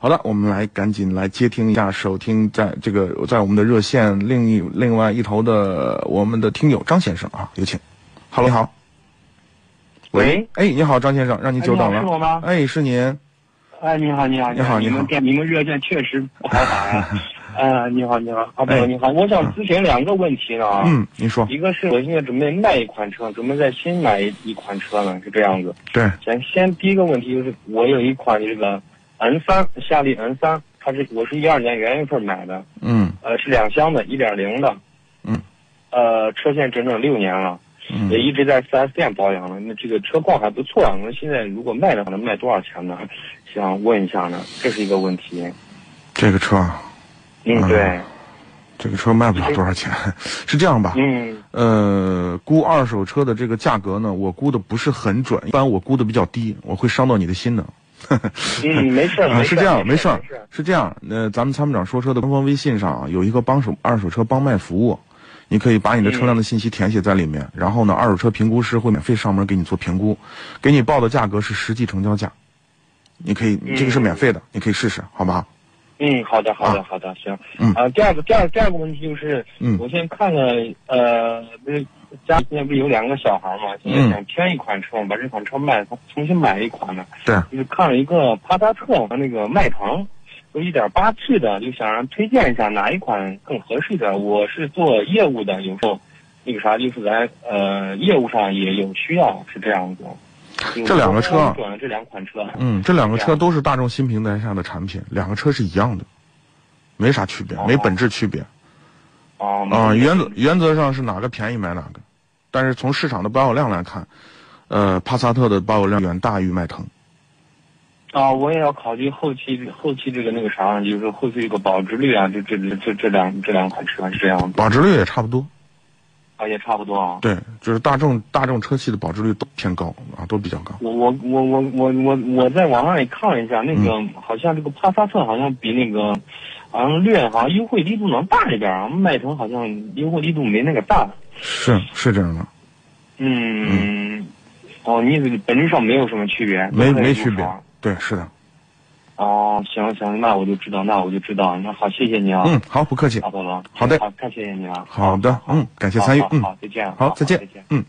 好了，我们来赶紧来接听一下收听在这个在我们的热线另一另外一头的我们的听友张先生啊，有请。Hello，你好。喂，哎，你好，张先生，让您久等哎你好是了。我吗？哎，是您。哎，你好，你好，你好你你好们电，你们热线 确实不好打 呀。啊，你好，你好，阿哎伯，你好，我想咨询两个问题呢啊。嗯，您说。一个是我现在准备卖一款车，准备再新买一一款车呢，是这样子。对，咱先第一个问题就是，我有一款这个 N 三夏利 N 三，它是我是一二年元月份买的，嗯呃，是两厢的，一点零的，嗯，呃，车现整整六年了，嗯也一直在 4S 店保养了。那这个车况还不错啊，那现在如果卖的话，能卖多少钱呢？想问一下呢，这是一个问题。这个车啊，嗯，嗯对，这个车卖不了多少钱， 是这样吧？嗯，呃，估二手车的这个价格呢，我估的不是很准，一般我估的比较低，我会伤到你的心的。嗯，没事儿，啊， 没是事这样，没没事儿没事，是这样。那咱们参谋长说车的官方微信上啊有一个帮手二手车帮卖服务，你可以把你的车嗯辆的信息填写在里面，然后呢，二手车评估师会免费上门给你做评估，给你报的价格是实际成交价，你可以，嗯这个是免费的，你可以试试，好不好？嗯，好的，好的，好的，行。嗯啊，第二个，第二第二个问题就是，嗯我现在看了，呃，不是家里现在不是有两个小孩嘛，现嗯在想添一款车嘛，把这款车卖，重新买一款呢。对就是看了一个帕萨特和那个迈腾，都一点八 T 的，就想让推荐一下哪一款更合适的。我是做业务的，有时候那个啥，就是来呃业务上也有需要，是这样子。这两个车啊转了这两款车，嗯，这两个车两都是大众新平台下的产品，两个车是一样的，没啥区别，哦没本质区别。啊啊、原则原则上是哪个便宜买哪个，但是从市场的保有量来看，呃，帕萨特的保有量远大于迈腾。啊，我也要考虑后期后期这个那个啥，就是后期这个保值率啊，这这这这这两这两款车是这样的保值率也差不多，啊，也差不多啊。对，就是大众大众车系的保值率都偏高啊，都比较高。我我我我我我我在网上也看了一下，那个、嗯好像这个帕萨特好像比那个，好像略好像优惠力度能大一点啊，迈腾好像优惠力度没那个大。是是这样的，嗯，哦，你本质上没有什么区别，没都可以没入区别手。对，是的。哦，行行，那我就知道，那我就知道，那好，谢谢你啊，嗯，好，不客气大。波罗。好的好，太谢谢你了。好的，嗯，感谢参与好，好嗯，好，再见。好，再见再见。，嗯。